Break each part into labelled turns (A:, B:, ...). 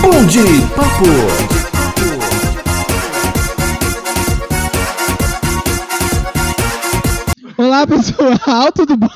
A: Grande Papo.
B: Olá pessoal, tudo bom?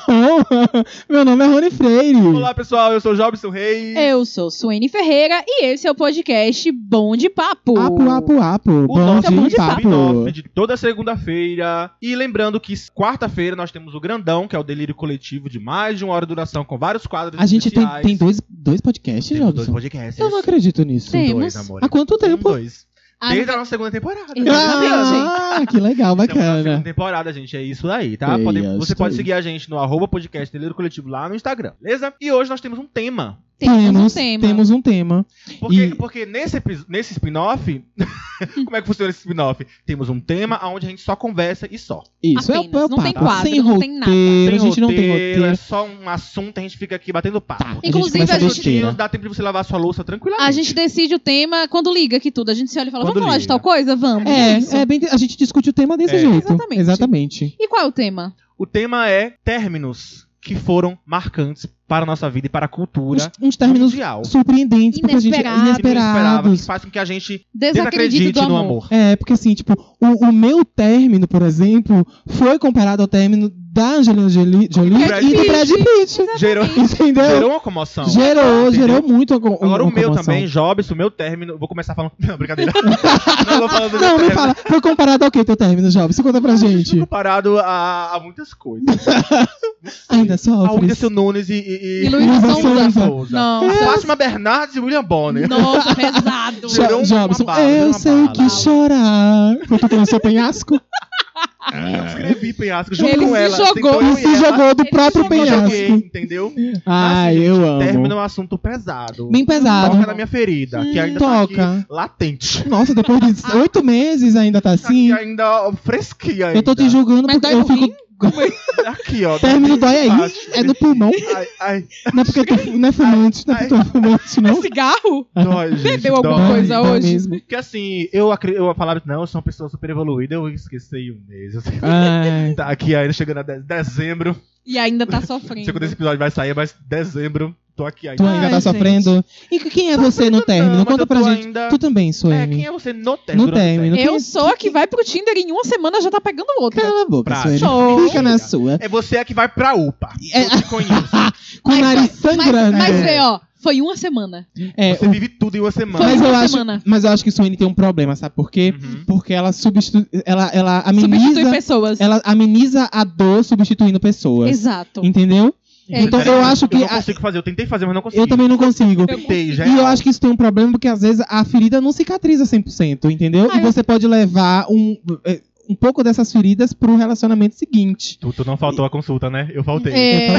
B: Meu nome é Rony Freire.
C: Olá pessoal, eu sou o Jobson Reis.
B: É,
D: Eu sou Suene Ferreira e esse é o podcast Bom de Papo.
B: Apo, apo, apo.
C: O
B: Bom
C: nosso
D: é bom
B: de
D: de papo.
B: papo.
C: spin-off de toda segunda-feira. E lembrando que quarta-feira nós temos o Grandão, que é o delírio coletivo de mais de uma hora de duração, com vários quadros
B: A gente tem,
C: especiais.
B: tem dois, dois podcasts,
C: Temos dois
B: Jobson?
C: podcasts.
B: Eu não acredito nisso.
D: Tem.
C: Dois,
D: Temos.
C: amor.
B: Há quanto tempo?
C: Dois.
D: Ah,
C: Desde a nossa segunda temporada.
D: Exatamente.
B: Ah, que legal,
C: Estamos na segunda
B: bacana.
C: temporada, gente. É isso aí, tá?
B: É
C: Pode-
B: isso
C: você pode
B: aí.
C: seguir a gente no arroba podcast Delírio Coletivo lá no Instagram, beleza? E hoje nós temos um tema.
D: Temos um tema.
B: Temos um tema.
C: Porque,
B: E-
C: porque nesse, epi- nesse spin-off. como é que funciona esse spin-off? Temos um tema onde a gente só conversa e só.
B: Isso, é o- é o
D: Apenas, não tem
B: papo.
D: quadro,
B: Sem
D: não tem nada.
B: roteiro,
C: Tem
B: a gente não tem
C: roteiro, É
B: roteiro.
C: só um assunto, a gente fica aqui batendo papo.
B: Tá,
D: Inclusive,
B: a gente, começa
D: a gente-
B: besteira.
C: dá tempo de você lavar sua louça tranquilamente.
D: A gente decide o tema quando liga aqui tudo. A gente se olha e fala,
C: Quando
D: vamos falar de
C: liga.
D: tal coisa? Vamos. Isso.
B: É, é bem, a gente discute o tema desse
C: É.
B: jeito.
D: Exatamente.
B: Exatamente.
D: E qual é o tema?
C: O tema é términos que foram marcantes para a nossa vida e para a cultura
B: Uns, uns términos
C: mundial.
B: surpreendentes pra gente. é
D: Inesperados.
C: Que não esperava, que
B: Inesperados.
C: faz com que a gente
D: Desacredite
C: desacredite
D: do
C: no
D: amor.
C: amor.
B: É, porque assim, tipo, o, o meu término, por exemplo, foi comparado ao término da Angelina Jolie, Jolie
C: Brad
B: e do
D: Pitt.
B: Brad Pitt.
C: Gerou,
B: Entendeu?
C: gerou uma comoção.
B: gerou,
C: Entendeu?
B: gerou muito a co-
C: Agora o
B: uma
C: meu
B: comoção.
C: também, Jobs, o meu término. Vou começar falando. Não, brincadeira. não vou falando do meu
B: Não, me
C: término.
B: fala, foi comparado ao que teu término, Jovem? Você conta pra gente.
C: Comparado a, a muitas coisas.
B: Ainda
C: A
B: sofre.
C: Whindersson Nunes e. E,
D: E Luísa Sonza.
C: Souza.
B: É.
D: Nossa,
C: Fátima Bernardes e William Bonner.
D: nossa, pesado.
C: Já- gerou uma
B: Jobson,
C: bala, gerou
B: eu
C: uma
B: sei
C: bala.
B: que chorar. Foi tocando seu penhasco
C: Eu escrevi penhasco junto
D: Ele
C: com
D: se
C: ela.
D: jogou,
C: tentou eu
B: e
C: e
B: se
C: ela,
B: jogou do
D: Ele
B: próprio
D: jogou,
C: eu joguei,
B: penhasco. Tá
C: entendeu?
B: Ai,
C: Assim,
B: eu amo.
C: Término é um assunto pesado.
B: Bem pesado.
C: Toca na minha ferida, que ainda tá
B: Toca.
C: aqui latente.
B: Nossa, depois de oito meses ainda tá assim.
C: Tá aqui ainda ó, fresquinha ainda.
B: Eu tô te julgando
D: Mas
B: porque
D: dói
B: eu
D: no rim?
B: fico.
C: Aqui, ó.
B: Término
C: tá
B: dói aí,
C: embaixo.
B: é no pulmão.
C: Ai, ai,
B: Não é porque tu não é fumante, não é porque tu é fumante,
D: É
B: não.
D: cigarro?
C: dói, gente,
D: Bebeu alguma
C: dói.
D: coisa
B: Dói
D: hoje?
B: mesmo.
C: Porque assim, eu, acre- eu falava, não, eu sou uma pessoa super evoluída, eu esqueci um mês. eu sei-
B: Ai.
C: Tá aqui ainda, chegando a de- dezembro.
D: E ainda tá
C: Não
D: sofrendo.
C: sei quando esse episódio vai sair, mas dezembro, tô aqui ainda.
B: Tu ainda
D: Ai,
B: tá
D: gente.
B: sofrendo? E que- quem é você no
C: Não,
B: término?
C: tá mas eu
B: Conta pra
C: tô
B: gente.
C: ainda-
B: Tu também,
C: É, quem
B: Suene.
C: é você no término?
B: No
C: durante o
B: término.
D: Eu
B: Quem-
D: sou a que vai pro Tinder em uma semana já tá pegando outra.
B: Cala a boca,
C: Pra-
B: Suene.
D: Show.
B: Fica na sua.
C: É você a que vai pra UPA.
B: É.
C: Eu te conheço.
B: Com o
D: Mas-
B: nariz sangrando.
D: Mas
C: É.
D: vê, ó, foi uma semana.
B: É,
C: Você
B: o-
C: vive tudo em uma semana.
B: mas,
D: Foi
B: eu
D: uma
B: acho,
D: semana.
B: mas eu acho que Suene tem um problema, sabe por quê?
C: Uhum.
B: Porque ela substitui. Ela, ela
D: Substitui
B: ameniza.
D: pessoas.
B: é Ela ameniza a dor substituindo pessoas.
D: Exato.
B: Entendeu?
D: É.
B: Então eu acho que.
C: Eu não
B: a-
C: consigo fazer, eu tentei fazer, mas não consegui.
B: eu também não consigo.
C: tentei, já. é
B: E eu
C: algo.
B: acho que isso tem um problema porque às vezes a ferida não cicatriza 100%, entendeu?
D: Ah,
B: e
D: eu-
B: você pode levar um, eh, um pouco dessas feridas pro relacionamento seguinte.
C: Tu, tu não faltou a consulta, né? Eu faltei.
D: É,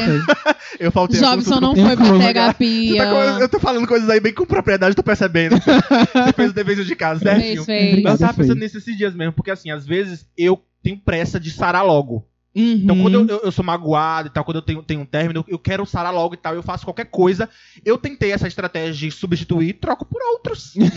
C: Eu faltei a consulta.
D: Jobson não
B: Eu
D: foi pra
B: fui.
C: Você tá com-
D: terapia.
C: eu tô falando coisas aí bem com propriedade, tô percebendo. Você fez o dever um de casa, certinho.
D: Fez, fez.
C: Mas eu tava
B: Obrigado,
C: pensando nisso esses dias mesmo, porque assim, às vezes eu tenho pressa de sarar logo.
B: Uhum.
C: Então, quando eu, eu, eu sou magoado e tal, quando eu tenho, tenho um término, eu quero sarar logo e tal, eu faço qualquer coisa. Eu tentei essa estratégia de substituir, troco por outros, né?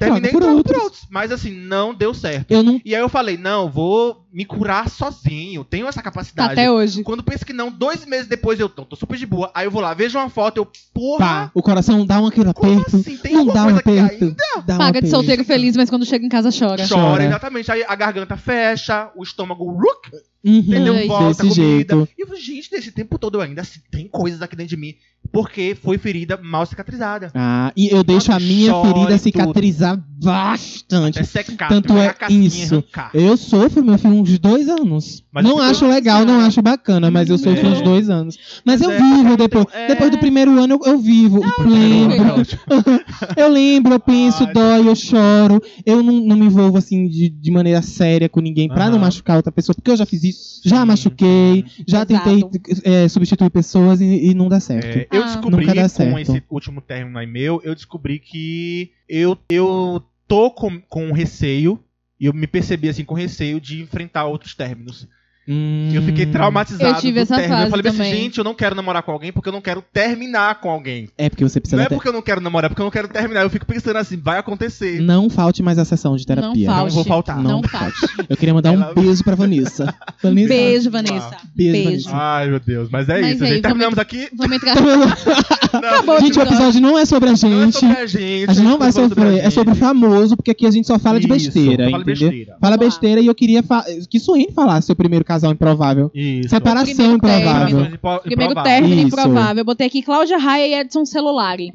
C: Terminei e
B: por
C: troco
B: outros.
C: por outros. Mas assim, não deu certo.
B: Eu não.
C: E aí eu falei, não, vou me curar sozinho, tenho essa
D: Tá
C: capacidade.
D: até hoje.
C: Quando penso que não, dois meses depois eu tô, tô super de boa. Aí eu vou lá, vejo uma foto, eu, porra,
B: Pá, o coração dá um aquele
C: como
B: aperto.
C: assim? Tem
B: não
C: alguma
B: dá um
C: coisa que
B: aperto.
C: ainda
B: Dá um
D: Paga de
B: aperto.
D: solteiro feliz, mas quando chega em casa chora.
C: chora,
B: Chora.
C: exatamente. Aí a garganta fecha, o estômago, ruc,
B: Uhum.
C: entendeu?
D: Ai.
C: Volta, a
B: Desse
C: comida.
B: jeito.
C: E eu, gente, desse tempo todo eu ainda assim, tem coisas aqui dentro de mim, porque foi ferida mal cicatrizada.
B: Ah, e eu deixo a
C: Chora
B: minha
C: e
B: ferida
C: tudo.
B: cicatrizar bastante.
C: É secar,
B: Tanto
C: pegar
B: é
C: a casquinha e
B: isso. É
C: arrancar.
B: Eu sofro, meu filho, uns dois anos.
C: Mas
B: não
C: fica-
B: acho legal, não acho bacana, mas eu sofro
C: É.
B: uns dois anos. Mas,
C: Mas
B: eu
C: é,
B: vivo depois.
C: então, é.
B: Depois do primeiro ano eu, eu vivo. lembro. Eu lembro, eu penso,
C: Ai,
B: dói, eu choro. Eu não, não me envolvo assim de, de maneira séria com ninguém pra não
C: Aham.
B: machucar outra pessoa, porque eu já fiz isso, já
C: Sim.
B: machuquei, já
D: Exato.
B: tentei eh, substituir pessoas e, e não dá certo.
C: É, eu
D: Ah.
C: descobri
B: Nunca dá certo.
C: com esse último término aí meu, eu descobri que eu, eu um tô com, com receio, e eu me percebi assim com receio de enfrentar outros términos.
B: Hum,
C: Eu fiquei traumatizado.
D: Eu tive
C: do
D: essa
C: término.
D: fase
C: Eu falei assim,
D: também.
C: gente, eu não quero namorar com alguém porque eu não quero terminar com alguém.
B: É porque você precisa
C: não
B: da
C: é
B: te-
C: porque eu não quero namorar, é porque eu não quero terminar. Eu fico pensando assim, vai acontecer.
B: Não falte mais a sessão de
D: Não
B: terapia.
D: falte.
C: Não vou faltar.
D: Não
B: Não
D: falte.
B: Eu queria mandar
C: Ela-
B: um beijo pra Vanessa. Vanessa.
C: Tá.
D: Beijo, Vanessa.
B: Beijo,
D: Beijo.
B: Vanessa.
C: Ai, meu Deus. Mas é
D: Mas
C: isso,
D: aí,
C: gente.
D: vamos-
C: Terminamos aqui.
D: Vamos entrar.
C: Ah, Não,
D: Acabou
B: Gente, o
D: episódio.
B: episódio não é sobre a
C: não é
B: gente.
C: sobre a gente.
B: A gente não vai
C: não
B: sofrer, é sobre famoso, porque aqui a gente só fala de
C: Isso,
B: besteira,
C: fala
B: entendeu?
C: besteira.
B: Fala
D: Vamos lá.
B: besteira e eu queria fa- que Suene falasse seu primeiro casal improvável.
C: Isso.
B: Separação
D: Primeiro
B: improvável.
C: Separações impo-
D: Primeiro
C: improváveis.
D: término
B: Isso.
D: improvável. Eu botei aqui Cláudia Raia e Edson Celulari.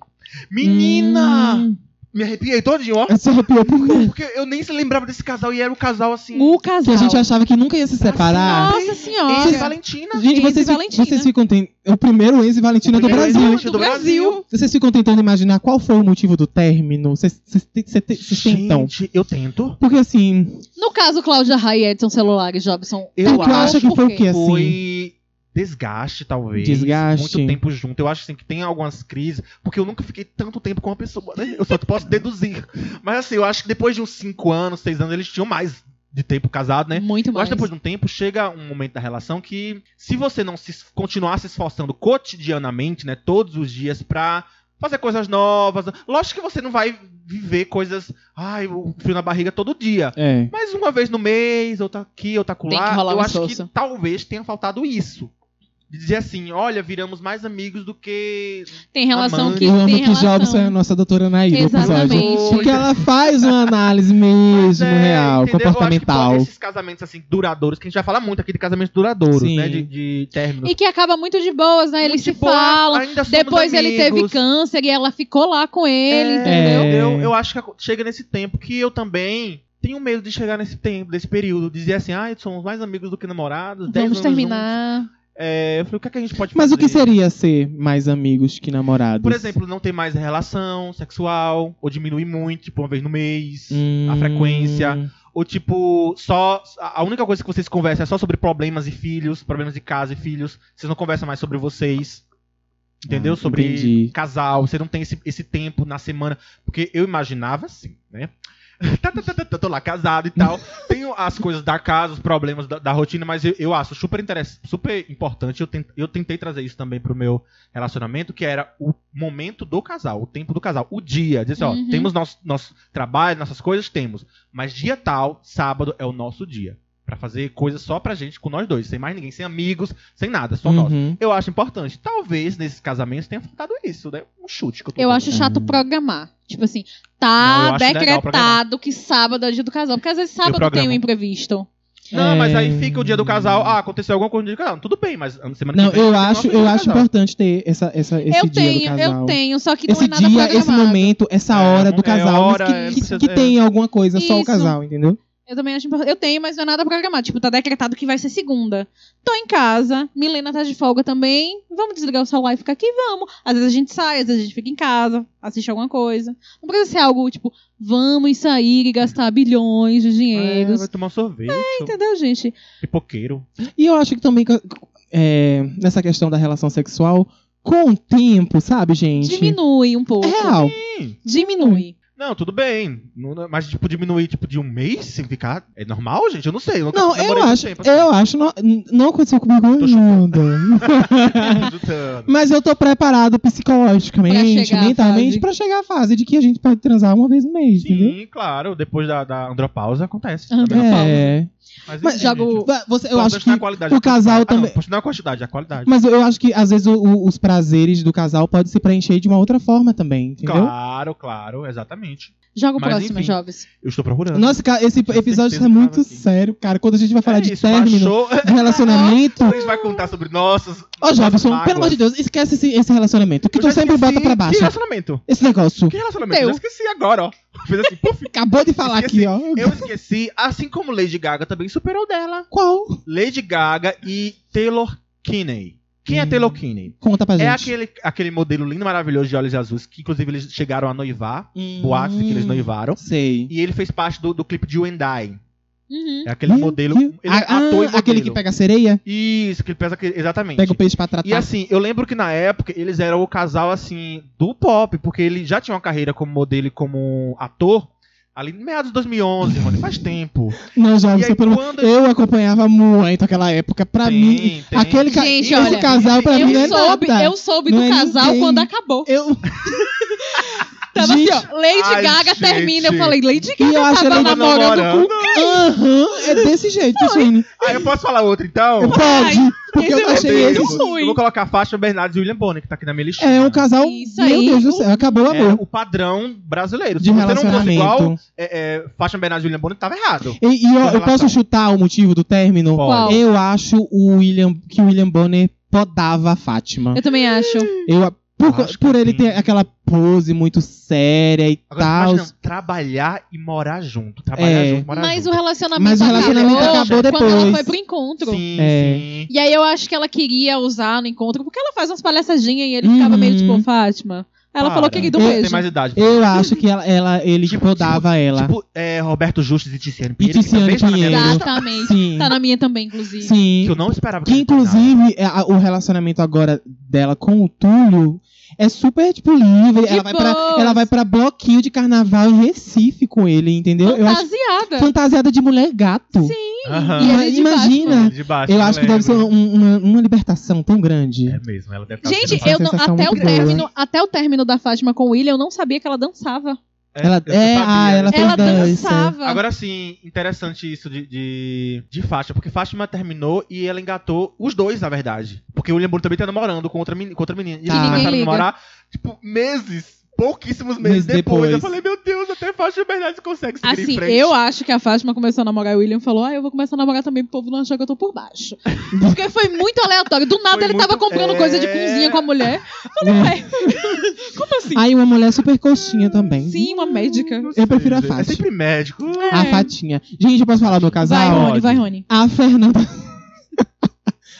C: Menina!
B: Hum,
C: Me arrepiei todinho, ó.
B: Você arrepiou por quê?
C: Porque eu nem se lembrava desse casal e era um casal assim.
D: O casal.
B: Que a gente Ah. achava que nunca ia se separar.
D: Nossa
C: Ex
D: senhora.
C: Valentina.
B: Gente,
D: Enzo e
B: vocês, fi-
D: Valentina. É
B: vocês ficam tentando. O primeiro ex e Valentina
C: O
B: do
C: primeiro ex e
B: Brasil.
C: Valentina é do Brasil.
B: Vocês ficam tentando imaginar qual foi o motivo do término. Vocês vocês te- vocês te- vocês
D: então.
B: tentam.
C: Gente, eu tento.
B: Porque assim,
D: No caso, Cláudia Raia e Edson Celulari, Jobson.
B: eu,
C: Eu
B: acho,
C: acho
B: que foi o quê,
C: que
B: assim?
C: foi desgaste, talvez.
B: Desgaste.
C: Muito tempo junto. Eu acho assim, que tem algumas crises, porque eu nunca fiquei tanto tempo com uma pessoa, né? Eu só posso deduzir. Mas assim, eu acho que depois de uns 5 anos, 6 anos, eles tinham mais de tempo casado, né?
D: Muito
C: Eu acho
D: mais.
C: que depois de um tempo chega um momento da relação que, se você não se es- continuar se esforçando cotidianamente, né, todos os dias pra fazer coisas novas, lógico que você não vai viver coisas, ai, o frio na barriga todo dia.
B: É.
C: Mas uma vez no mês, outra aqui, outra
D: Tem que
C: acolá,
D: rolar
C: eu
D: um
C: acho
D: esforço.
C: que talvez tenha faltado isso. De dizer assim, olha, viramos mais amigos do que.
D: Tem relação
C: Amante.
D: que.
B: Eu amo
D: tem
B: que Jobson é a
D: relação.
B: nossa doutora Nair do episódio.
D: Exatamente.
B: Porque ela faz uma análise mesmo,
C: É,
B: Um real,
C: entendeu? Eu acho que pode
B: comportamental.
C: Esses casamentos assim, duradouros, que a gente vai falar muito aqui de casamentos duradouros,
B: Sim.
C: né? De, de términos.
D: E que acaba muito de boas, né? Eles
C: Muito
D: se
C: boa,
D: falam.
C: ainda somos
D: Depois ele teve
C: amigos.
D: câncer e ela ficou lá com ele,
C: É,
D: entendeu?
C: Eu, eu acho que ac- chega nesse tempo que eu também tenho medo de chegar nesse tempo, desse período, dizer assim, ah, somos mais amigos do que namorados, dez anos
D: Vamos
C: juntos."
D: terminar.
C: É, eu falei, o que, é que a gente pode
B: Mas
C: fazer?
B: o que seria ser mais amigos que namorados?
C: Por exemplo, não ter mais relação sexual, ou diminuir muito, tipo, uma vez no mês,
B: Hum,
C: a frequência, ou tipo, só. A a única coisa que vocês conversam é só sobre problemas e filhos, problemas de casa e filhos. Vocês não conversam mais sobre vocês. Entendeu?
B: Ah,
C: sobre
B: entendi.
C: casal, você não tem esse, esse tempo na semana. Porque eu imaginava assim, né? Tá, tá, tá, tá, tá, tô lá casado e tal. Tenho as coisas da casa, os problemas da, da rotina, mas eu, eu acho super interessante, super importante. Eu, tent- eu tentei trazer isso também pro meu relacionamento, que era o momento do casal, o tempo do casal, o dia. Dizer assim,
D: Uhum.
C: ó, temos nosso, nosso trabalho, nossas coisas, temos. Mas dia tal, sábado, é o nosso dia. Pra fazer coisas só pra gente, com nós dois. Sem mais ninguém, sem amigos, sem nada, só nós.
B: Uhum.
C: Eu acho importante. Talvez nesses casamentos tenha faltado isso, né? Um chute que eu tô
D: Eu
C: dando.
D: acho chato
B: Uhum.
D: programar. Tipo assim, tá
C: Não, eu acho legal
D: decretado
C: programar.
D: que sábado é o dia do casal. Porque às vezes sábado tem
C: programo.
D: um imprevisto.
C: Não, mas aí
B: É.
C: fica o dia do casal. Ah, aconteceu alguma coisa no dia do casal. Tudo bem, mas na semana
B: Não,
C: que vem.
B: eu
C: tem
B: acho,
C: nosso dia
B: eu
C: do
B: acho
C: um casal.
B: importante ter essa, essa, esse
D: eu
B: dia
D: tenho,
B: do casal.
D: eu tenho, só que não
B: Esse
D: é nada
B: dia,
D: programado.
B: esse momento, essa
C: É,
B: hora do
C: é
B: casal,
C: hora, é,
B: mas que, que,
C: precisa-
B: que tem alguma coisa, só o
D: Isso.
B: casal, entendeu?
D: Eu também acho importante. Eu tenho, mas não é nada programado. Tipo, tá decretado que vai ser segunda. Tô em casa, Milena tá de folga também. Vamos desligar o celular e ficar aqui? Vamos. Às vezes a gente sai, às vezes a gente fica em casa, assiste alguma coisa. Não precisa ser algo tipo, vamos sair e gastar bilhões de
C: É,
D: dinheiros.
C: vai tomar um sorvete,
D: Entendeu, gente?
C: pipoqueiro.
B: E eu acho que também, ca- é, nessa questão da relação sexual, com o tempo, sabe, gente?
D: Diminui um pouco.
B: É real.
C: Sim.
D: Diminui.
C: Não, tudo bem. Não- não- Mas, tipo, diminuir, tipo, de um mês sem ficar. É normal, gente? Eu não sei. Eu nunca
B: Não, eu
C: namorei tanto
B: acho,
C: tempo, assim.
B: eu acho, não, não aconteceu comigo
C: Tô
B: ainda.
C: assim, lutando.
B: Mas eu tô preparado
D: Pra
B: psicologicamente,
D: chegar à fase.
B: mentalmente, pra chegar à fase de que a gente pode transar uma vez no mês, entendeu?
C: Sim, claro. Depois da, da andropausa acontece.
D: Andropausa.
B: É.
C: Mas,
B: Mas
C: enfim,
D: joga o-
C: gente,
B: Va- Você, eu
C: importante
B: acho que,
C: não é a
B: o
C: qualidade, é a
B: casal
C: quantidade. Ah,
B: também-
C: Não, importante não é a quantidade, é a qualidade.
B: mas eu acho que às vezes o- o- os prazeres do casal podem se preencher de uma outra forma também, entendeu?
C: Claro, claro, exatamente.
D: Joga o
C: Mas,
D: próximo,
C: enfim.
D: Jobs.
C: Eu estou procurando.
B: Nossa, ca- esse
C: Tinha
B: episódio
C: certeza
B: tá
C: que
B: muito
C: tava aqui.
B: sério, cara. Quando a gente vai falar de
C: assim. É isso,
B: término,
C: baixou.
B: de relacionamento.
C: A gente vai contar sobre nossos.
B: Ô, Jobson,
C: mágoas.
B: pelo amor de Deus, esquece esse, esse relacionamento que
C: Eu
B: tu
C: já
B: sempre
C: esqueci.
B: bota pra
C: Que
B: baixo.
C: relacionamento?
B: Esse negócio.
C: Que relacionamento?
D: Teu.
C: Eu esqueci agora, ó. Fez assim, puf.
B: Acabou de falar aqui, ó.
C: Eu esqueci, assim como Lady Gaga também superou dela.
B: Qual?
C: Lady Gaga e Taylor Kinney. Quem é
B: Hum.
C: Taylor Kinney?
B: Conta pra gente.
C: É aquele, aquele modelo lindo, maravilhoso de olhos azuis, que inclusive eles chegaram a noivar,
B: Hum,
C: boatos que eles noivaram.
B: Sei.
C: E ele fez parte do, do clipe de You and I.
D: Uhum.
C: É aquele
B: Meu
C: modelo.
B: Deus.
C: Ele é
B: Hum, Ah,
C: ator e modelo.
B: Aquele que pega a sereia,
C: Isso, que ele pesa. que- Exatamente.
B: pega o peixe pra tratar.
C: E assim, eu lembro que na época eles eram o casal assim do pop, porque ele já tinha uma carreira como modelo e como ator, Ali no meados de 2011, Rony, faz tempo.
B: Não, já,
C: E aí,
B: você pelo...
C: quando-
B: eu acompanhava muito aquela época. Pra
C: Tem,
B: mim,
C: tem.
B: aquele ca-
D: Gente,
B: esse
D: olha,
B: casal pra mim é
D: Eu soube,
B: nada.
D: eu soube
B: Não
D: do
B: é
D: casal
B: ninguém.
D: quando acabou.
B: Eu-
D: Tava
B: Gente,
D: assim, ó, Lady
C: ai,
D: Gaga
C: gente.
D: termina. Eu falei, Lady
B: E eu
D: Gaga tá
B: acho
D: tava
B: ela
D: namorando com
B: Aham, é desse jeito,
D: então,
B: Suene.
C: Ah, eu posso falar outro então?
B: Eu Pode, porque
D: esse
B: eu
D: é
B: achei
D: meu
B: esse.
D: Deus. ruim.
C: Eu vou colocar a faixa Bernardes e William Bonner, que tá aqui na minha listinha.
B: É um casal.
D: Isso
B: meu
D: aí,
B: Deus do
D: o-
B: céu, acabou o
C: É
B: amor.
C: o padrão brasileiro.
B: De
C: Se você não fosse igual,
B: relacionamento.
C: é, é, faixa Bernardes e William Bonner tava errado.
B: E, e eu, eu
C: relação.
B: posso chutar o motivo do término?
D: Qual?
B: Eu acho o William, que o William Bonner podava a Fátima.
D: Eu também acho.
B: Eu, por,
C: Acho que
B: por ele ter
C: sim.
B: aquela pose muito séria e
C: Agora,
B: tal.
C: imagina, trabalhar e morar junto. Trabalhar
B: Tá, É.
C: junto, morar
D: Mas o
C: junto.
D: relacionamento,
B: Mas o relacionamento
C: acabou
D: quando ela
B: depois.
D: foi pro encontro.
C: Sim,
B: É.
C: sim.
D: E aí eu acho que ela queria usar no encontro, porque ela faz umas palhaçadinhas e ele
B: Uhum.
D: ficava meio tipo, "Ô, Fátima. Aí Ela
C: Para.
D: falou, é querido,
C: Você
D: beijo.
C: Tem mais idade.
B: Eu acho que ela, ela- ele
C: Tipo-
B: podava ela.
C: Tipo, é, Roberto Justus e Tiziano
B: E
C: Pinheiro. que
B: Tiziano
C: também está na minha
B: Pinheiro.
C: lista,
D: Exatamente.
B: sim.
D: Tá na minha também, inclusive.
B: Sim.
C: Que eu não esperava
B: Que
C: ele terminasse.
B: inclusive é, a- a- o relacionamento agora dela com o Túlio é super, tipo, livre.
D: De
B: Ela vai, pra,
D: boas.
B: ela vai pra bloquinho de carnaval em Recife com ele, entendeu? Eu acho
D: Fantasiada.
B: fantasiada de mulher gato.
D: Sim.
C: Aham.
D: E ele de
B: Imagina.
C: De baixo,
B: né? Eu acho que deve ser
C: lembro.
B: um- uma, uma libertação tão grande.
C: É mesmo, ela deve estar
D: Gente,
B: Essa
D: eu não,
B: sensação é
D: até, o
B: muito boa.
D: término, até o término da Fátima com o William, eu não sabia que ela dançava.
B: Ela- é, ah, ela fez
D: Ela
B: dança.
D: dançava.
C: Agora sim, interessante isso de, de, de Fátima, porque Fátima terminou e ela engatou os dois, na verdade. Porque o William Bonner também tá namorando com outra, meni- com outra menina. E eles
B: Tá.
C: começaram a
D: Ninguém liga.
C: namorar, tipo, meses, pouquíssimos meses
B: Meses
C: depois. Eu
B: depois.
C: falei, meu Deus, até Fátima Bernardes consegue seguir em
D: Assim,
C: frente.
D: eu acho que a Fátima começou a namorar o William e falou: Ah, eu vou começar a namorar também pro povo não achar que eu tô por baixo. Porque foi muito aleatório. Do nada
C: Foi
D: ele tava
C: muito-
D: comprando coisa de
C: é.
D: cozinha com a mulher. Falei, ué. Como assim?
B: É. Aí uma mulher super coxinha também.
D: Sim, uma médica.
C: Não
B: eu prefiro a
C: gente, É
B: Fátima.
C: sempre médico.
D: É.
B: A Fatinha. Gente, eu posso falar do
D: Vai,
B: casal?
D: Rony, vai, Rony.
B: A Fernanda.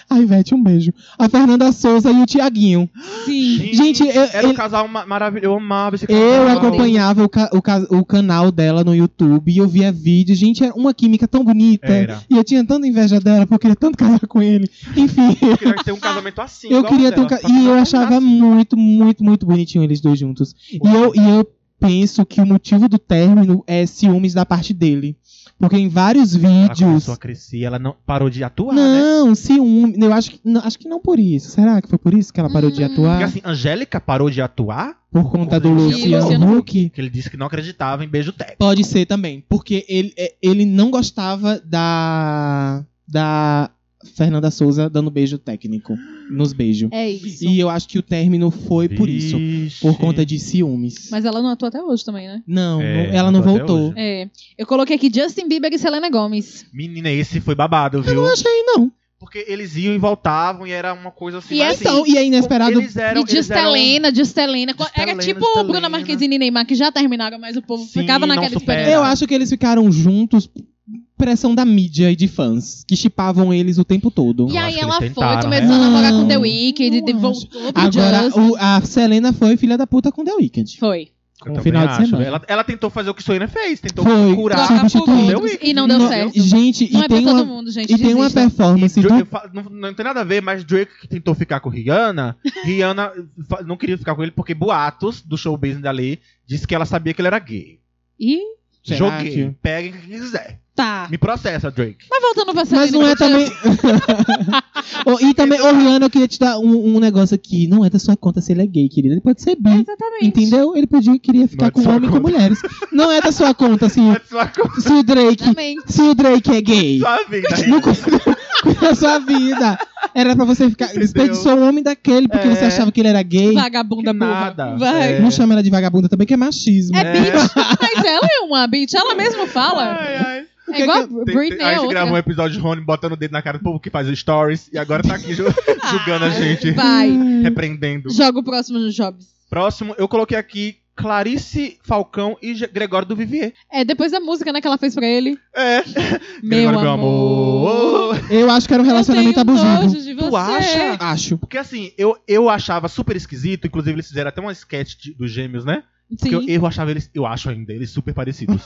B: A Ivete, um beijo. A Fernanda Souza e o Tiaguinho.
D: Sim.
B: Gente, eu,
C: Era um
B: ele-
C: casal ma- maravilhoso. Eu amava esse casal.
B: eu acompanhava o, ca- o ca- o canal dela no YouTube e eu via vídeos. Gente, era uma química tão bonita.
C: Era.
B: E eu tinha tanta inveja dela, porque eu queria tanto casar com ele. Enfim,
C: Eu queria ter um casamento assim.
B: eu
C: igual
B: queria
C: dela,
B: tocar.
C: só que
B: E
C: não assim.
B: eu
C: acontece.
B: achava muito, muito, muito bonitinho eles dois juntos. E eu, e eu penso que o motivo do término é ciúmes da parte dele. Porque em vários
C: Ela
B: vídeos.
C: começou a crescer, ela não parou de atuar, né?
B: Não, ciúme. Eu acho que, não, acho que não por isso. Será que foi por isso que ela parou de
D: Hum.
B: atuar?
C: Porque assim, Angélica parou de atuar,
B: por conta do
C: E
B: Luciano,
D: Luciano
B: Huck?
C: que ele disse que não acreditava em beijo técnico.
B: Pode ser também. Porque ele, é, ele não gostava da. da Fernanda Souza dando beijo técnico. Nos beijos.
D: É isso.
B: E eu acho que o término foi por isso. Por conta de ciúmes.
D: Mas ela não atua até hoje também, né?
B: Não,
C: É,
B: não- ela não
C: até
B: voltou.
C: hoje.
D: É. Eu coloquei aqui Justin Bieber e Selena Gomes.
C: Menina, esse foi babado, viu?
B: Não achei, não.
C: Porque eles iam e voltavam e era uma coisa assim.
D: E
C: mas,
D: essa-
C: assim,
B: Então, e é inesperado.
C: Eles eram,
D: E
C: eles eram-
D: Justelena, Justelena. Era
C: Justelena,
D: tipo
C: Justelena.
D: Bruna Marquezine e Neymar, que já terminaram, mas o povo
C: Sim,
D: ficava
C: não
D: naquela
C: supera.
D: experiência.
B: Eu acho que eles ficaram juntos. por Pressão da mídia e de fãs. Que chipavam eles o tempo todo.
C: Eu
D: E aí
C: acho que
D: ela
C: eles
D: foi,
C: tentaram,
D: começou a
B: né?
D: namorar com The
B: Não,
D: Weeknd,
B: não
D: de-
B: acho.
D: voltou pro
B: Agora,
D: Justin.
B: o- a Selena foi filha da puta com The Weeknd.
D: Foi.
C: Eu
B: no
C: também
B: final de
C: acho.
B: semana.
C: Ela, ela tentou fazer o que Soina fez, tentou
B: Foi,
C: curar.
D: Trocar por
B: substituindo.
C: Deu
D: outros.
C: Weeknd.
D: E não deu
B: tipo Não,
D: certo.
B: Gente,
D: Não
B: e
D: é pra
B: tem
D: todo
B: uma,
D: mundo, gente.
B: e tem uma
D: desista.
B: performance
C: Drake-
B: tão
C: eu fa- não, não tem nada a ver, mas Drake que tentou ficar com Rihanna, Rihanna fa- não queria ficar com ele porque boatos do showbiz dali disse que ela sabia que ele era gay.
D: E
B: Será
C: Joguei,
B: que-
C: peguem quem quiser.
D: tá.
C: Me processa, Drake.
D: Mas voltando pra Selena
B: Mas não é
D: Gomez,
B: também. Ô, e também, ô Rihanna, eu queria te dar um, um negócio aqui. Não é da sua conta se ele é gay, querida. Ele pode ser bi.
D: Exatamente.
B: Hum. Entendeu? Ele podia, queria
C: Não
B: ficar
C: é da
B: com
C: sua
B: homem e com
C: conta.
B: mulheres. Não é da sua conta se,
C: Mas sua,
B: se o Drake.
D: Exatamente.
B: Se o Drake é gay.
C: sua vida.
B: Não cuida cuida da sua vida. Era pra você ficar.
C: Entendeu?
B: Desperdiçou o homem daquele porque
C: É.
B: você achava que ele era gay.
D: Vagabunda
C: Que
D: burra.
C: nada.
D: Vai.
C: É.
B: Não chama ela de vagabunda também, que é machismo.
D: É,
C: É.
D: bitch. Mas ela é uma bitch. Ela mesma fala.
C: Ai, ai.
B: O
D: É
B: que é
D: igual a
B: que-
C: Tem-
D: Britney
C: tem- a
D: é
C: gente
D: outra.
C: gravou um episódio de Rony botando o dedo na cara do povo que faz o stories e agora tá aqui ju-
D: Ah, é
C: julgando a gente,
D: Vai.
C: repreendendo.
D: Joga o próximo no Jobs.
C: Próximo, eu coloquei aqui Clarice Falcão e Ge- Gregório do Vivier.
D: É, depois da música, né, que ela fez pra ele.
C: É,
D: Meu
C: Gregório,
D: amor.
B: Eu acho que era um relacionamento
D: eu tenho
B: abusivo. É.
D: nojo de
C: Tu
D: você.
C: acha?
B: Acho.
C: Porque assim, eu, eu achava super esquisito, inclusive eles fizeram até uma sketch de- dos gêmeos, né?
D: Sim.
C: Porque eu, eu achava eles, eu acho ainda eles super parecidos.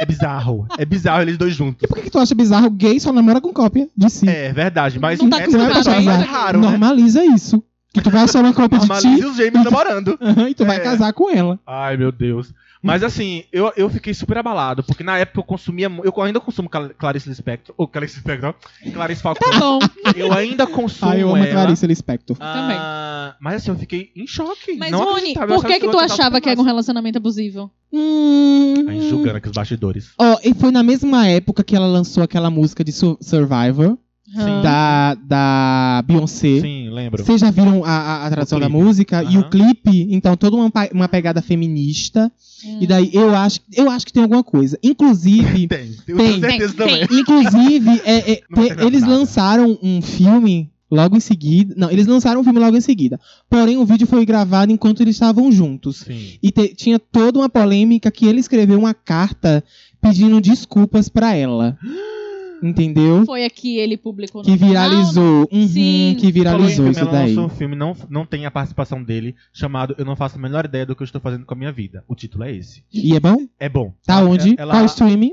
C: é bizarro, é bizarro eles dois juntos.
B: E por que, que tu acha bizarro? Gay só namora com cópia de si.
C: É verdade, mas
D: Não tá
C: é,
D: com
B: não é pra
D: Claro,
C: é
D: isso
B: casar.
D: é
C: raro, né?
B: Normaliza isso. Que tu vai achar uma cópia de
C: Normalize
B: ti
D: tá-
C: os gêmeos namorando.
B: aham, e tu vai
C: É.
B: casar com ela.
C: Ai, meu Deus. Mas assim, eu, eu fiquei super abalado, porque na época eu consumia. mu- Eu ainda consumo Cla- Clarice Lispector. Ou Clarice Lispector, não. Clarice
D: Tá
C: Falcone.
D: bom.
C: eu ainda consumo.
B: Ah, eu amo a
C: ela.
B: Clarice Lispector.
D: Também.
C: Ah, Mas assim, eu fiquei em choque.
D: Mas,
C: não
D: Rony,
C: acreditava, eu
D: por
C: achava
D: que que
C: eu
D: tu
C: acreditava
D: achava que era um
C: mais.
D: relacionamento abusivo?
B: Hum.
C: Aí Tá julgando aqui os bastidores.
B: Ó, e foi na mesma época que ela lançou aquela música de Su- Survivor,
D: Hã?
B: da, da Beyoncé.
C: Sim, lembro.
B: Vocês já viram a, a, a tradução da
C: clipe.
B: música e
C: Aham.
B: o clipe? Então, toda uma, pa- uma pegada feminista.
D: Hum.
B: E daí eu acho, eu acho que tem alguma coisa. Inclusive,
C: Tem, eu
B: Tem,
C: tenho certeza
D: tem,
C: também.
B: Inclusive, é- é,
C: Não vai
B: te-
C: ter
B: eles
C: nada.
B: lançaram um filme logo em seguida. Não, eles lançaram um filme logo em seguida. Porém, o vídeo foi gravado enquanto eles estavam juntos.
C: Sim.
B: E te- tinha toda uma polêmica que ele escreveu uma carta pedindo desculpas pra ela.
C: é.
B: Entendeu?
D: Foi aqui ele publicou. no
B: Que
D: jornal, né?
B: viralizou. Uhum,
D: Sim.
B: que viralizou
C: Porém,
B: isso
C: ela
B: daí.
C: lançou um filme, não, não tem a participação dele, chamado Eu Não Faço a Menor Ideia do que eu estou fazendo com a minha vida. O título é esse.
B: E é bom?
C: É bom.
B: Tá onde?
C: Ela, é
B: Qual streaming?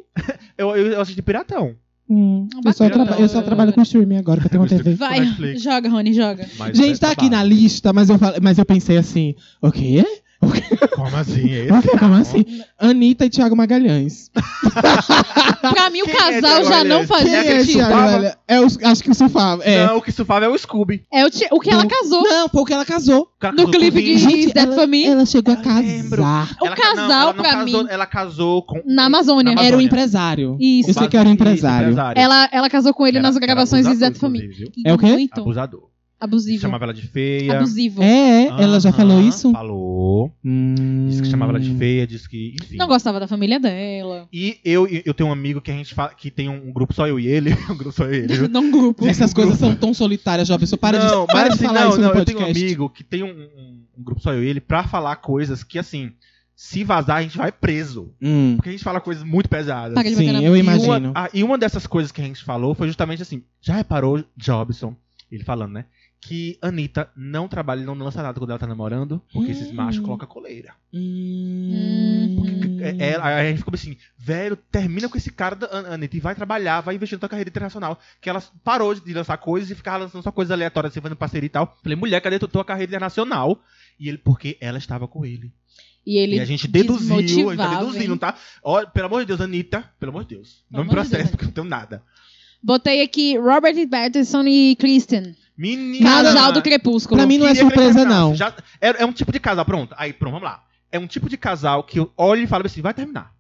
C: eu, eu, eu assisti Piratão.
B: Hum, eu, só
D: bacana.
B: traba- eu só trabalho com streaming agora, que eu tenho uma TV.
D: Vai,
C: Netflix.
D: joga, Rony, joga.
C: Mas
B: Gente,
C: é
B: tá aqui na
C: babado.
B: lista, mas eu, falei, mas eu pensei assim, o quê?
C: Como assim? É
B: Nossa,
C: esse?
B: como assim? Anitta e Thiago Magalhães.
D: Pra mim, o
C: Quem é
D: casal
C: Thiago
D: já
B: Quem
C: Magalhães?
D: não fazia
B: é
D: sentido.
B: Thiago
C: Sufava?
B: Magalhães? É os- acho que o Sufava. É.
C: Não, o que sufava é o Scooby.
D: É o, ti- o que ela
B: Não.
D: casou.
B: Não, porque ela casou.
C: O cara
D: No
C: casou com
D: clipe
C: o
D: de-
C: Vin.
D: Is that
B: ela,
D: for me?
B: ela chegou a
C: Eu lembro.
B: casar.
D: O
C: Ela ca- não,
D: casal,
C: ela não
D: pra
C: casou-
D: mim-
C: Ela casou com.
D: Na Amazônia.
C: Na
B: Era um
C: Amazônia.
B: empresário.
D: Isso.
B: Eu sei que era um empresário.
D: Ela, ela casou com ele
C: Era-
D: nas
C: era
D: gravações de
C: abusador,
D: Zé Família.
C: inclusive, viu?
B: É o quê?
D: Muito
C: Abusador.
D: abusivo.
C: Chamava ela de feia.
D: Abusivo.
B: É, é. Ela já
C: Aham,
B: falou isso?
C: Falou.
B: Hum.
C: Disse que chamava ela de feia, disse que. Enfim.
D: Não gostava da família dela.
C: E eu, eu tenho um amigo que a gente fala, que tem um grupo só eu e ele. Um grupo só eu e ele. viu?
D: Não grupo.
B: Essas coisas são tão solitárias, já pessoa. Para
C: não,
B: de, para
C: mas
B: de
C: assim,
B: falar
C: não,
B: isso
C: não,
B: no
C: eu tenho um
B: podcast.
C: amigo que tem um, um- um grupo só eu e ele pra falar coisas que, assim, se vazar, a gente vai preso.
B: Hum.
C: Porque a gente fala coisas muito pesadas.
D: Para de bater
B: Sim,
D: na
B: eu
D: mesa.
C: E
B: imagino.
C: uma, ah, e uma dessas coisas que a gente falou foi justamente assim: já reparou, Jobson, ele falando, né? Que Anitta não trabalha e não lança nada quando ela tá namorando, porque esses
B: Hum.
C: machos colocam coleira.
B: Hum.
C: É, é,
D: Uhum.
C: aí a gente ficou assim, velho, termina com esse cara da An- Anitta e vai trabalhar, vai investir na tua carreira internacional. Que ela parou de lançar coisas e ficava lançando só coisas aleatórias, assim, fazendo parceria e tal. Falei, mulher, cadê tu- tua carreira internacional? E ele, porque ela estava com ele.
D: E ele
C: e a gente deduziu, a gente tá
D: desmotivava,
C: deduzindo,
D: hein?
C: tá? Ó, pelo amor de Deus, Anitta, pelo amor de Deus.
D: Pelo
C: Não me
D: amor de Deus,
C: processa, porque eu não tenho nada.
D: Botei aqui Robert Pattinson e Kristen.
C: Menina!
D: Casal do Crepúsculo.
B: Pra mim não é
C: Queria que ele
B: surpresa,
C: terminasse.
B: não.
C: Já- é, é um tipo de casal, pronto. Aí, pronto, vamos lá. É um tipo de casal que eu olho e falo assim, vai terminar.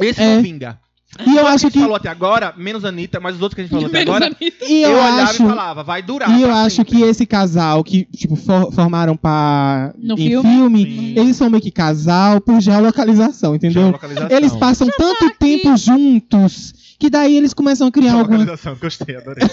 C: Esse
B: É.
C: não vinga.
B: E eu
C: Tudo
B: acho
C: a gente
B: que.
C: falou até agora, menos a Anitta, mas os outros que a gente falou até
D: Menos
C: agora,
D: a mim.
B: E
C: eu,
B: eu
C: olhava
B: acho.
C: e falava, vai durar.
B: E eu
C: pra
B: acho
C: sempre.
B: que esse casal que, tipo, for- formaram pra.
D: No
B: em
D: filme?
B: filme
C: Sim.
B: eles são meio que casal por geolocalização, entendeu?
C: Geolocalização.
B: Eles passam tanto tempo juntos que daí eles começam a criar alguma,
C: Geolocalização, gostei, adorei.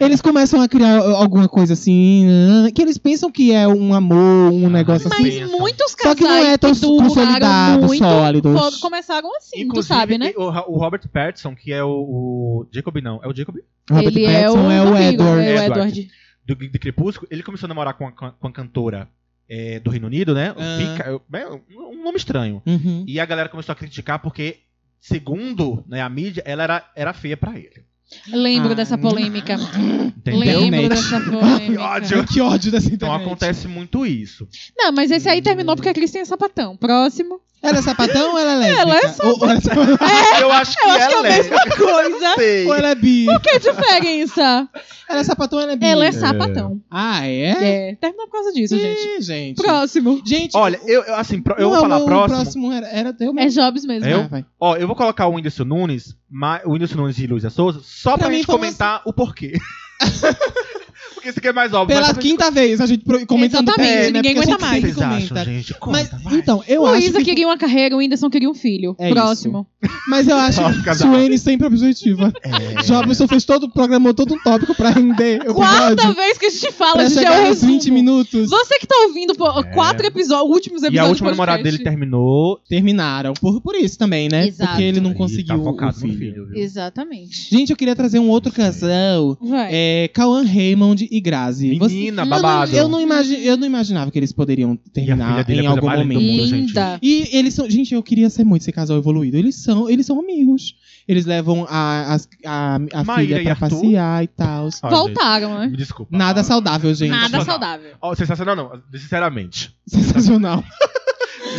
B: eles começam a criar uh, alguma coisa assim, uh, que eles pensam que é um amor, um
C: Ah,
B: negócio
C: mas
B: assim.
D: Mas
C: Pensa.
D: muitos
B: Só
D: casais
B: que não é tão
D: duraram
B: consolidado,
D: muito,
B: sólido.
D: foram- começaram assim, tu sabe, né?
C: o, o Robert Pattinson, que é o, o Jacob, não, é o Jacob
B: Robert
D: ele
B: Pattinson
D: é o, amigo,
B: Edward.
D: É o
C: Edward.
D: Edward.
C: do, de Crepúsculo, ele começou a namorar com a, com a- com a cantora é, do Reino Unido, né? O
B: Ah.
C: Pica- é, um nome estranho.
D: né?
B: Uhum.
C: E a galera começou a criticar porque, segundo né, a mídia, ela era, era feia pra ele.
D: Lembro
B: Ah,
D: dessa polêmica.
C: Entendeu?
B: Lembra.
D: Lembro
B: Internet.
D: dessa polêmica.
C: Que ódio.
B: Que ódio dessa
C: Então
B: internet.
C: acontece muito isso.
D: Não, mas esse aí terminou porque a Kristen é sapatão. Próximo.
B: Ela é sapatão ou ela é lésbica?
D: Ela é
B: Ou, ou ela é sapatão.
C: eu acho que
D: Eu acho que é a
C: ela é.
D: mesma coisa.
C: Sei.
B: ou ela é bi?
D: Que diferença?
B: Ela é sapatão ou ela é bi?
D: Ela é sapatão.
B: Ah, é?
D: É, terminou por causa disso,
B: Ih,
D: gente.
B: gente.
D: Próximo.
B: Gente,
C: Olha, eu, eu, assim, pro-
B: Tipo,
C: eu
B: não,
C: vou falar
B: o
C: próximo.
B: próximo era, era teu,
D: É
B: mas...
D: Jobs mesmo.
C: Eu?
B: Ah, vai.
C: Ó, eu vou colocar o Whindersson Nunes, ma- o Whindersson Nunes e Luísa Souza, só
B: Pra
C: pra,
B: mim
C: gente
B: foi uma-
C: comentar o porquê. Porque isso aqui é mais óbvio. mas
B: Pela
C: pra gente-
B: quinta vez, a gente pro- comentando
D: Exatamente,
B: bem, né?
D: ninguém
B: Porque a
D: aguenta
B: gente
D: mais.
B: sempre
C: Vocês acham,
B: comenta.
C: gente?
B: Mas,
C: Conta, vai.
B: então, eu acho
D: Luísa
B: que...
D: queria uma carreira, o Whindersson queria um filho.
B: É isso.
D: Próximo.
B: Mas eu acho
C: Nossa,
B: que
C: casal.
B: Suene sempre objetiva.
C: É.
B: Jobson fez todo, programou todo um tópico pra render o
D: Quarta
B: episódio.
D: vez que a gente fala,
B: Pra
D: a gente é o
B: chegar nos
D: resumo.
B: 20 minutos.
D: Você que tá ouvindo pô, quatro episódios, últimos
C: E a
D: episódios.
C: última
D: do podcast.
C: namorada dele terminou.
B: Terminaram. Por, por isso também, né?
D: Exato.
B: Porque ele não
C: e
B: conseguiu
C: tá focado
B: o filho.
C: no filho. viu?
D: Exatamente.
B: Gente, eu queria trazer um outro casal.
D: Vai.
B: É, Cauan Raymond e Grazi. Você-
C: Menina,
D: Não, não,
C: babado.
B: eu, não imagi- eu não imaginava que eles poderiam
C: filha
B: terminar
C: dele é
B: em
C: a coisa
B: algum
C: mais linda do
B: momento.
C: mundo. gente.
D: Linda.
B: E eles são. Gente, eu queria ser muito esse casal evoluído. Eles são, eles são amigos. Eles levam a, as- a, a
C: Maíra
B: filha
C: e
B: pra
C: Arthur?
B: passear e tal.
C: Ah,
D: Voltaram,
C: gente,
D: né?
C: me desculpa.
B: Nada
C: Ah,
B: saudável, gente.
D: Nada
C: sensacional.
D: saudável.
C: Ó, sensacional não, sinceramente.
B: Sensacional.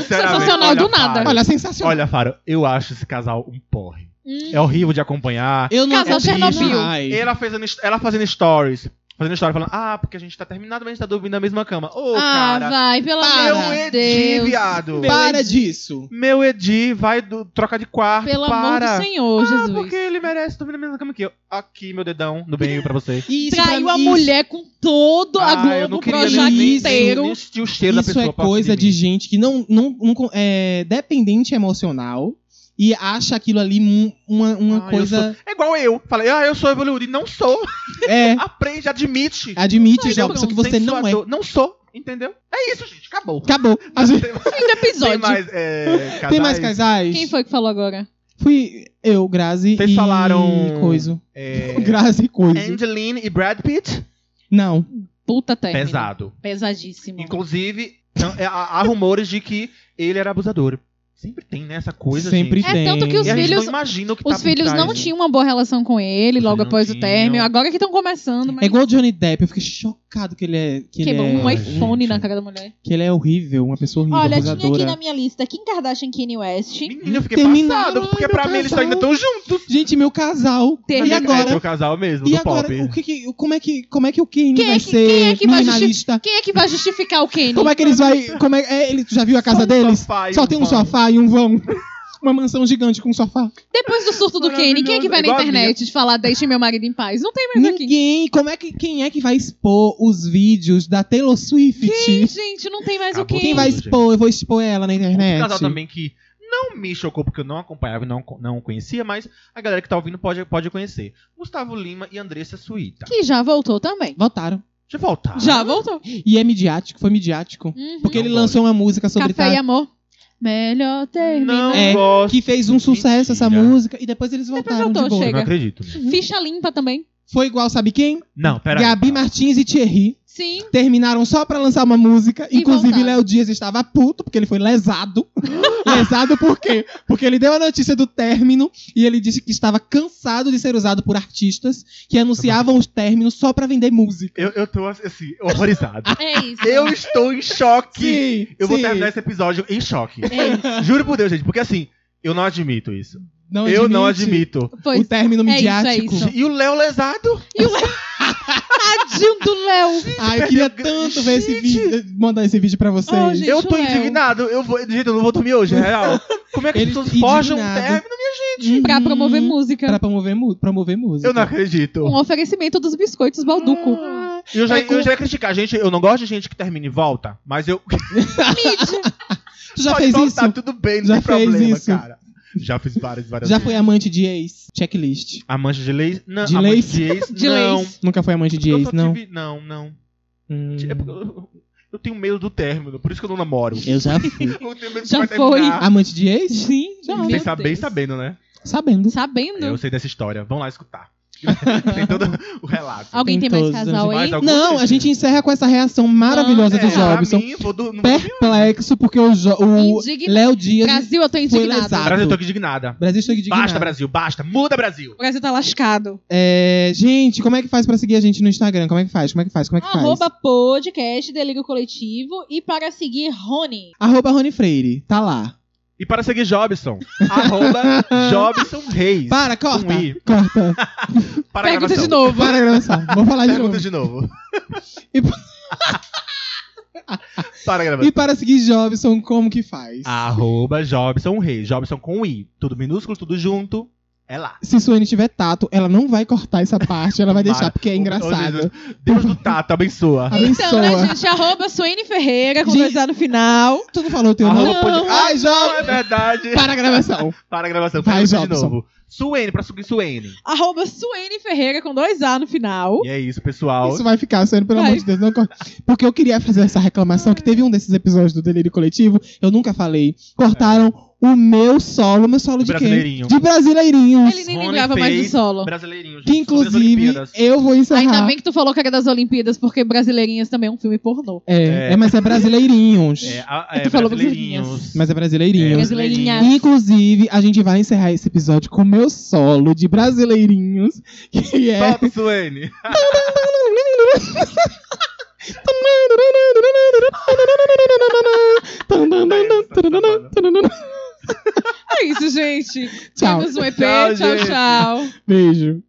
C: Sinceramente,
D: Sensacional
C: olha,
D: do nada.
C: Faro,
B: Olha, sensacional.
C: Olha, Faro, eu acho esse casal um porre.
D: Hum.
C: É horrível de acompanhar.
B: eu não
D: Casal
B: é triste,
D: Chernobyl.
B: ai.
C: Ela, fazendo, his- ela fazendo stories. Fazendo stories falando, ah, porque a gente tá terminado, mas a gente tá dormindo na mesma cama. Ô,
D: ah,
C: cara.
D: vai, pelo
B: Para.
D: amor
C: Meu
D: de
C: Edi,
D: Deus.
C: viado.
B: Para Para disso.
C: Meu Edi, vai do, troca de quarto.
D: Pelo amor
C: para.
D: do Senhor,
C: Ah,
D: Jesus.
C: porque ele merece dormir na mesma cama que eu. Aqui, meu dedão, no meio pra você.
B: Isso
D: Traiu
B: pra-
D: a
B: isso-
D: mulher com todo a
C: Ah, eu
D: Globo,
C: não
D: o
C: queria
D: Projac
C: nem- nem-
D: inteiro.
C: nem sentir o cheiro da
B: Isso
C: pessoa
B: é
C: próximo
B: coisa de
C: mim.
B: gente que não, não, não con- é dependente emocional e acha aquilo ali um- uma, uma
C: Ah, eu
B: coisa.
C: É igual eu. Falei, ah, eu sou evoluído. E não sou.
B: É,
C: Aprende, admite.
B: admite,
D: Ai,
B: já,
D: não,
B: só que você
C: Sente
B: não
C: sua
B: é.
C: dor. Não sou, entendeu? É isso, gente. Acabou.
B: Acabou. A gente-
C: Tem,
D: Fim do
C: tem
D: episódio.
C: mais, é, casais?
B: Tem mais casais?
D: Quem foi que falou agora?
B: Fui eu, Grazi
C: Vocês
B: e
C: falaram-
B: Coiso.
C: É,
B: Grazi e Coiso.
C: Angeline e Brad Pitt.
B: Não.
D: Puta terra.
C: Pesado.
B: é.
D: Pesadíssimo.
C: É, Inclusive, não, é, há, há rumores de que ele era abusador. Sempre tem, né? Essa coisa,
B: Sempre
C: gente.
D: É,
B: tem.
D: tanto que os
C: E a gente
D: filhos-
C: não imagina o que tá
D: Os
C: por
D: filhos
C: trás,
D: não
C: né?
D: tinham uma boa relação com ele
C: Os
D: logo
C: filhos não
D: após o
C: tinham.
D: término. Agora que estão começando, mas
B: É igual o Johnny Depp, eu fiquei chocado que ele é. Que ele
D: quebrou
B: é,
D: um
C: Ai,
D: iPhone
C: gente.
D: na cara da mulher.
B: que ele é horrível, uma pessoa horrível,
D: Olha, tinha
B: abusadora.
D: aqui na minha lista Kim Kardashian, Kanye West.
C: Menino, eu fiquei
B: Terminaram,
C: passado, porque
B: ai,
C: pra
B: meu
C: mim eles
B: casal.
C: ainda estão juntos.
B: Gente, meu casal.
D: Terminou.
B: E
C: É,
B: agora?
C: teu casal mesmo,
B: E
C: do
B: agora,
C: pop.
B: o que que- como, é que, como é que o Kane
D: Quem é
B: vai
D: que-
B: ser
D: quem é que vai
B: minimalista?
D: Quem é que vai justificar o Kanye?
B: Como é que eles vai. Como é, é, ele, tu já viu a casa
C: Só um
B: deles?
C: sofá e
B: Só tem um
C: vão.
B: sofá e um vão. Uma mansão gigante com um sofá.
D: Depois do surto do Kanye, quem é que vai na
C: Igual a
D: internet falar deixe meu marido em paz? Não tem mais aqui.
B: Ninguém. Como é que, quem é que vai expor os vídeos da Taylor Swift?
D: Quem, gente, não tem mais o
C: Acabou
D: Kanye.
B: Quem vai expor? Eu vou expor ela na internet.
C: Um casal também que não me chocou porque eu não acompanhava e não, não conhecia, mas a galera que tá ouvindo pode, pode conhecer. Gustavo Lima e Andressa Suíta.
D: Que já voltou também.
B: Votaram.
C: Já voltaram.
D: Já voltou.
B: E é midiático, foi midiático.
D: Uhum.
B: Porque
C: Não
B: ele
C: gosto.
B: lançou uma música sobre
D: Café e
B: Tati,
D: amor. Melhor
C: Não
D: terminar.
B: É,
C: gosto.
B: que fez um sucesso essa
C: Mentira.
B: música e depois eles voltaram
D: voltou,
B: de boa.
C: Eu
D: chega.
C: não acredito.
D: Ficha limpa também.
B: Foi igual, sabe quem?
C: Não, pera
B: Gabi
C: aí.
B: Martins e Thierry
D: Sim.
B: terminaram só pra lançar uma música.
D: E
B: Inclusive,
D: voltaram.
B: Léo Dias estava puto, porque ele foi lesado. lesado por quê? Porque ele deu a notícia do término e ele disse que estava cansado de ser usado por artistas que anunciavam os términos só pra vender música.
C: Eu, eu tô assim, horrorizado.
D: É isso.
C: eu estou em choque.
B: Sim,
C: Eu vou
B: sim.
C: terminar esse episódio em choque.
D: É isso.
C: Juro por Deus, gente, porque assim, eu não admito isso.
B: Não
C: eu não
B: admite
C: admito.
B: O
D: Pois.
B: término
D: É isso, é
B: midiático.
D: isso.
C: E o Léo lesado?
D: Tadinho do Léo.
B: Ai, eu queria
C: Perdeu-
B: tanto ver esse
C: Gente!
B: vídeo, mandar esse vídeo pra vocês.
D: Oh, gente.
C: Eu tô
D: o Léo.
C: indignado. Eu vou, gente, eu não vou dormir hoje, é real. Como é que
B: Ele
C: as pessoas forjam um
B: indignado.
C: término?
B: Uhum.
D: Pra promover música.
B: Pra promover, mu- promover música.
C: Eu não acredito.
D: Um oferecimento dos biscoitos Balduco.
C: E Eu já,
B: É com-
C: eu já ia criticar, gente. Eu não gosto de gente que termina e volta, mas eu.
B: Tu já
C: Pode
B: fez
C: voltar,
B: isso?
C: tudo bem, não
B: Já
C: tem
B: fez
C: problema,
B: isso?
C: cara. Já fiz várias, várias
B: Já
C: vezes.
B: foi amante de ex? Checklist.
C: A mancha de leis? Não,
B: De
C: a mancha
B: leis?
C: de ex?
D: De
C: não.
D: leis.
B: Nunca foi amante de
C: Eu
B: ex,
C: só
B: não?
C: tive- Não, não.
B: Hum,
C: É porque eu- Eu tenho medo do término, por isso que eu não namoro.
B: eu já Ah, fui.
C: Eu tenho medo que
D: Já
C: vai
D: foi.
C: terminar.
B: amante de ex?
D: Sim, já.
B: Sem
D: Meu
C: Sem saber
D: Deus.
C: e sabendo, né?
B: Sabendo.
D: Sabendo.
C: Eu sei dessa história. Vão lá escutar. tem todo o relato.
D: Alguém tem mais
B: Tentoso,
D: casal
C: Mais
D: aí?
C: algum?
B: Não, a
C: assim.
B: gente encerra com essa reação maravilhosa do
D: Não, é, pra
B: Jobson.
C: mim, vou do, não vou dormir.
B: Perplexo, porque o, Jo- o
D: Indigna-
B: Léo Dias.
D: Brasil, eu tô
B: lesado.
D: indignada.
C: Brasil, eu tô aqui indignada.
B: Brasil estou indignado.
C: Basta, Brasil, basta. Muda, Brasil.
D: O Brasil tá lascado.
B: É, gente, como é que faz pra seguir a gente no Instagram? Como é que faz? Como é que faz? Como é que faz?
D: Arroba podcast, Delírio Coletivo. E para seguir, Rony.
B: Arroba Rony Freire. Tá lá.
C: E para seguir Jobson, arroba Jobson Reis.
B: Para, corta.
C: Um i.
B: Corta.
C: Para a
D: Pergunta
C: gravação.
D: de novo.
B: Para a gravação. Vou falar de
C: Pergunta
B: novo.
C: de novo.
B: E-
C: Para a gravação.
B: E para seguir Jobson, como que faz?
C: Ah. Arroba Jobson Reis. Jobson com I. Tudo minúsculo, tudo junto. É lá.
B: Se Suene tiver tato, ela não vai cortar essa parte, ela vai
C: Tomara.
B: deixar, porque é
C: Ô,
B: engraçado.
C: Jesus. Deus do tato, abençoa.
D: Então, né,
B: Abençoa.
D: gente? Arroba Suene Ferreira, com
B: Gente-
D: dois A no final.
B: Tu não falou o teu
C: Arroba
B: nome?
C: podcast.
B: Ai,
C: Ah, Não é
B: Jobson.
C: verdade.
B: Para a gravação.
C: Para a gravação.
B: Vai,
C: Pergunta de
B: Jobson.
C: novo. Suene, pra seguir Suene.
D: Arroba Suene Ferreira, com dois A no final.
C: E é isso, pessoal.
B: Isso vai ficar, Suene, pelo
D: Vai.
B: amor de Deus, não corta. Porque eu queria fazer essa reclamação, que teve um desses episódios do Delírio Coletivo, eu nunca falei, cortaram o meu solo, meu solo
C: Do
B: de quem?
C: Brasileirinho.
B: De Brasileirinhos.
D: Ele nem
C: Rony
D: lembrava mais do
C: fez-
D: solo.
C: Brasileirinho.
B: Que
C: gente, sobre as
B: inclusive,
C: Olimpíadas.
B: eu vou encerrar.
D: Ainda bem que tu falou que era das Olimpíadas, porque Brasileirinhas também é um filme pornô.
B: É,
C: É.
B: é, mas é brasileirinhos.
C: É, a- é,
D: Tu falou
C: brasileirinhos.
B: Mas é brasileirinhos.
D: É. Brasileirinhas.
B: Inclusive, a gente vai encerrar esse episódio com o meu solo de brasileirinhos, que é.
C: Top, Suene.
D: gente.
B: Tchau.
D: Temos um EP.
C: Tchau,
D: tchau.
C: gente.
D: tchau.
B: Beijo.